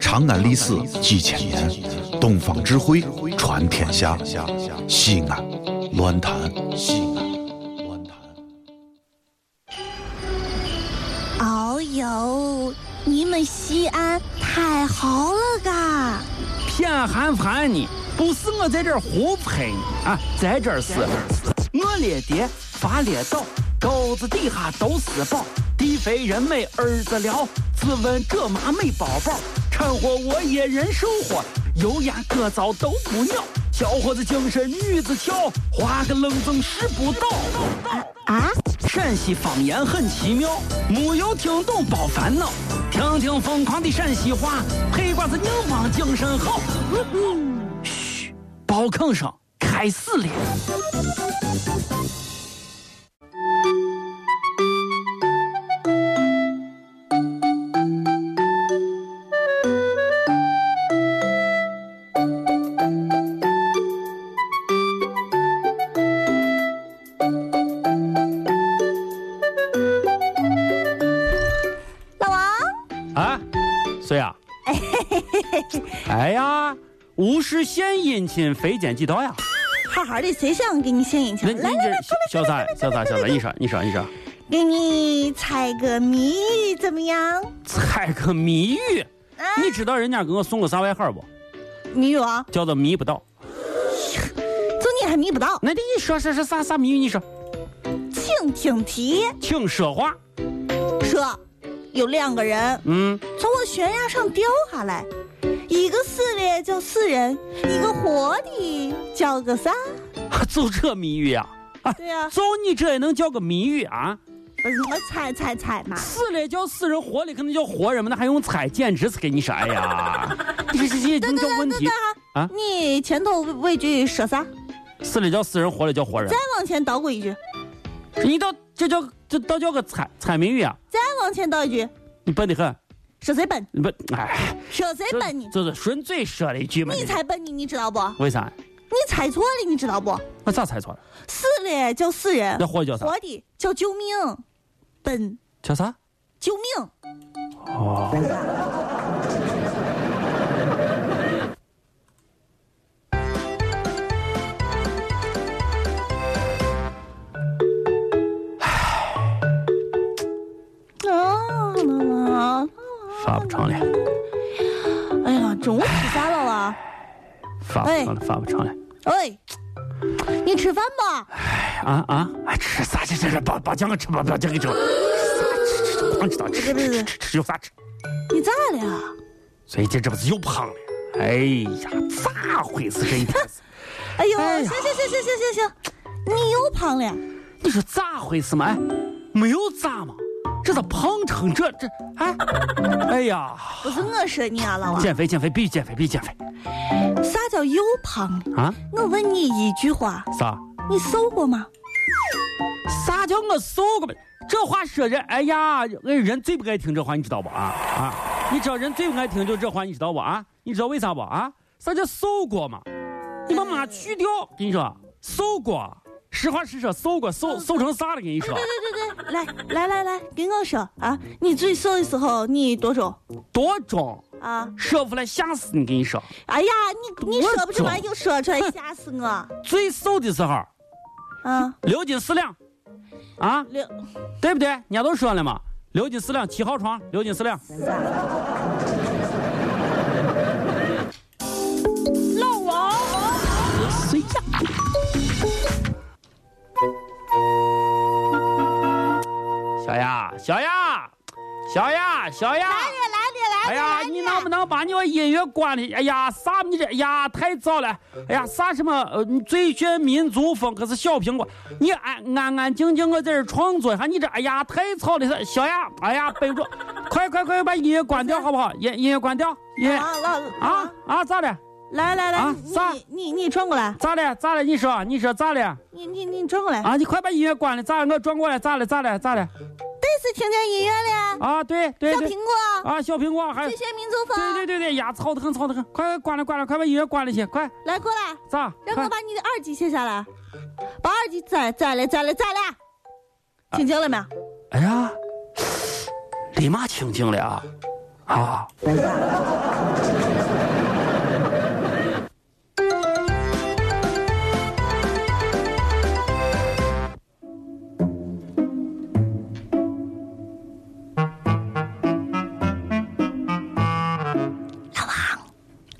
长安历史几千年，东方智慧传天下。西安，乱谈西安，乱谈。哦呦，你们西安太好了嘎！偏寒寒你，不是我在这儿胡喷你啊，在这儿是，我列爹发列倒，沟子底下都是宝，地肥人美儿子了，自问这妈没宝宝，掺和我也人生活，油盐各糟都不尿，小伙子精神女子俏，花个愣风拾不到。啊，陕西方言很奇妙，没有听懂别烦恼，听听疯狂的陕西话，黑瓜子硬邦精神好。嘘，包吭声开始了。老王，啊，谁啊？哎呀，无事献殷勤，非奸即盗呀！好好的，谁想给你献殷勤那？你来来来，这潇洒潇洒潇洒，你说你说你说，给你猜个谜语怎么样？啊猜个谜语，你知道人家给我送个啥外号不？谜语王，叫做迷不倒。就你还迷不到，那你说说是啥啥谜语？你说，请听题：请说话。 说有两个人嗯，从我悬崖上掉下来，一个死了叫死人，一个活的叫个啥？就这谜语呀、啊？对呀、就你这也能叫个谜语啊？不是我猜猜猜嘛。死了叫死人，活了可能叫活人嘛，那还用猜？简直是给你啥呀！你这这这，你叫问题等等啊你前头畏惧说啥？死了叫死人，活了叫活人再，往前倒过一句，你倒这叫这倒叫个猜猜谜语啊？再往前倒一句，你笨得很，说谁笨？你笨哎，说谁笨你？就是顺嘴说了一句嘛。你才笨你，你知道不？为啥？你猜错了，你知道不？我咋猜错了？死了叫死人那，活叫啥？活的叫救命，笨叫啥？救命。 哦哦。发不成了，哎呀，中午吃啥了啊？发不成了，发不成了。喂，哎你吃饭不？啊啊！哎，吃啥吃吃吃，把把酱给吃，把把酱给吃吧。吃啥吃吃吃，光知道吃吃吃吃吃有啥吃？你咋了？所以这这不是又胖了？哎呀，咋回事？这一天是，哎呦，哎呀行行行行行行行，你又胖了。你说咋回事嘛？哎，没有咋嘛，这咋胖成这这？哎，哎呀，不是我说你啊，老王，减肥减肥，必须减肥，必须减肥啥叫又胖了？啊！我问你一句话，啥？你瘦过吗？啥叫我瘦过呗？这话说人，哎呀，哎人最不爱听这话，你知道不啊？啊，你知道人最不爱听就这话，你知道不啊？你知道为啥不啊？啥叫瘦过嘛？你把妈去掉，跟你说，瘦过。实话实说，瘦过，瘦瘦成啥了？跟你说，对对对，来来来来，跟我说啊，你最瘦的时候你多重多重，啊？说出来吓死你！跟你说，哎呀，你你多说不出来重就说出来，吓死 我！最瘦的时候啊，六斤四两，啊，六对不对？人家都说了嘛，六斤四两，七号床，六斤四两。老王，谁呀？小雅，小雅，小雅，小来雅！了来了来哎了！呀，你能不能把你我音乐关了？哎呀，啥你这？哎呀，太燥了！嗯哎呀，啥什么呃最炫民族风？可是小苹果，你安安安静静我在这儿创作一下，你这哎呀太吵了！小雅，哎呀，备注，快快快把音乐关掉好不好？音音乐关掉，音乐啊老啊啊，啊咋了？来来啊来，啥你你你转过来，咋了？咋了？你说你说咋了？你你你转过来，啊，你快把音乐关了，咋了？我转过来，咋了？咋了？咋了？这次听见音乐了，啊，对对小对苹，果，啊，小苹果还，最对炫民族对风，对对，呀，吵得很，吵得很，快快关了，关了，快把音乐关了去，快，来过来，咋？让快我把你的耳机卸下来，把耳机摘摘了摘了摘啊了，听见了没有？哎呀，立马清静了啊！啊，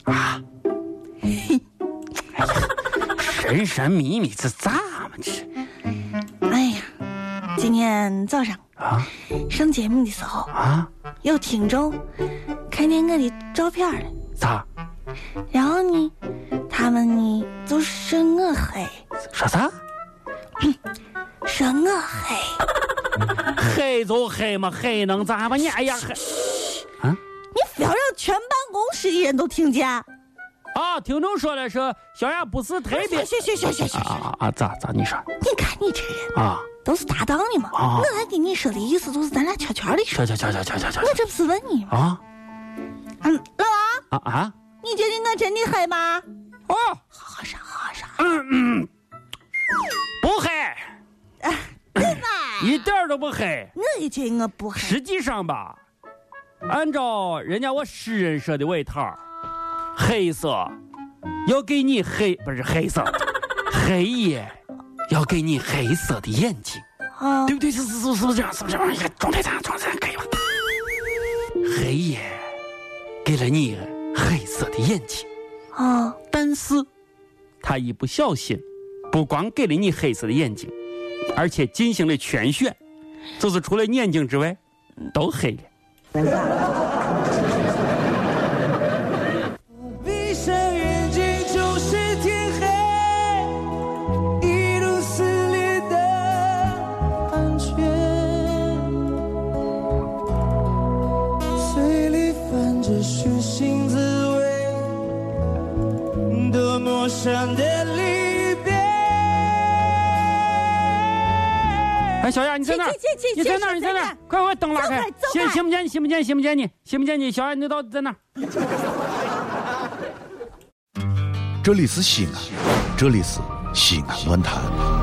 啊哎神神秘秘，这咋嘛这哎呀，今天早上啊上节目的时候，啊？有听众看见我的照片了，咋？然后呢，他们呢就说我黑，说啥？说我黑，黑就黑嘛，黑能咋嘛？你哎呀黑你非要让全办公室的人都听见。啊！听众说了说，小雅不是特别去去去去去去！啊啊咋咋？你说你看你这人，啊？都是搭档的嘛。啊我还跟你说的意思就是咱俩圈圈的说。瞧瞧瞧瞧瞧瞧瞧我这不是问你吗？啊嗯，老王，啊啊！你觉得我真的黑吗？哦，好傻，好傻。不黑，啊对吧？一点儿都不黑。我也觉得我不黑。实际上吧，按照人家我诗人说的外套儿，黑色要给你黑不是黑色，黑夜要给你黑色的眼睛，啊对不对？是是是是不是这样？是不是这样？你看装配咱装配可以吧？黑夜给了你黑色的眼睛，啊但是他一不小心，不光给了你黑色的眼睛，而且进行了全选，就是除了眼睛之外，都黑了。闭上眼睛就是天黑，一路撕裂的安全，嘴里泛着虚情滋味，多么伤的离别。哎，小雅，你在哪儿去去去？去你在哪儿？去你在哪去儿去？快快灯拉走开开走！行开行不见你，行不见，行不见你，行不见你。小雅，你到底在哪儿？这里是西安，这里是西安论坛。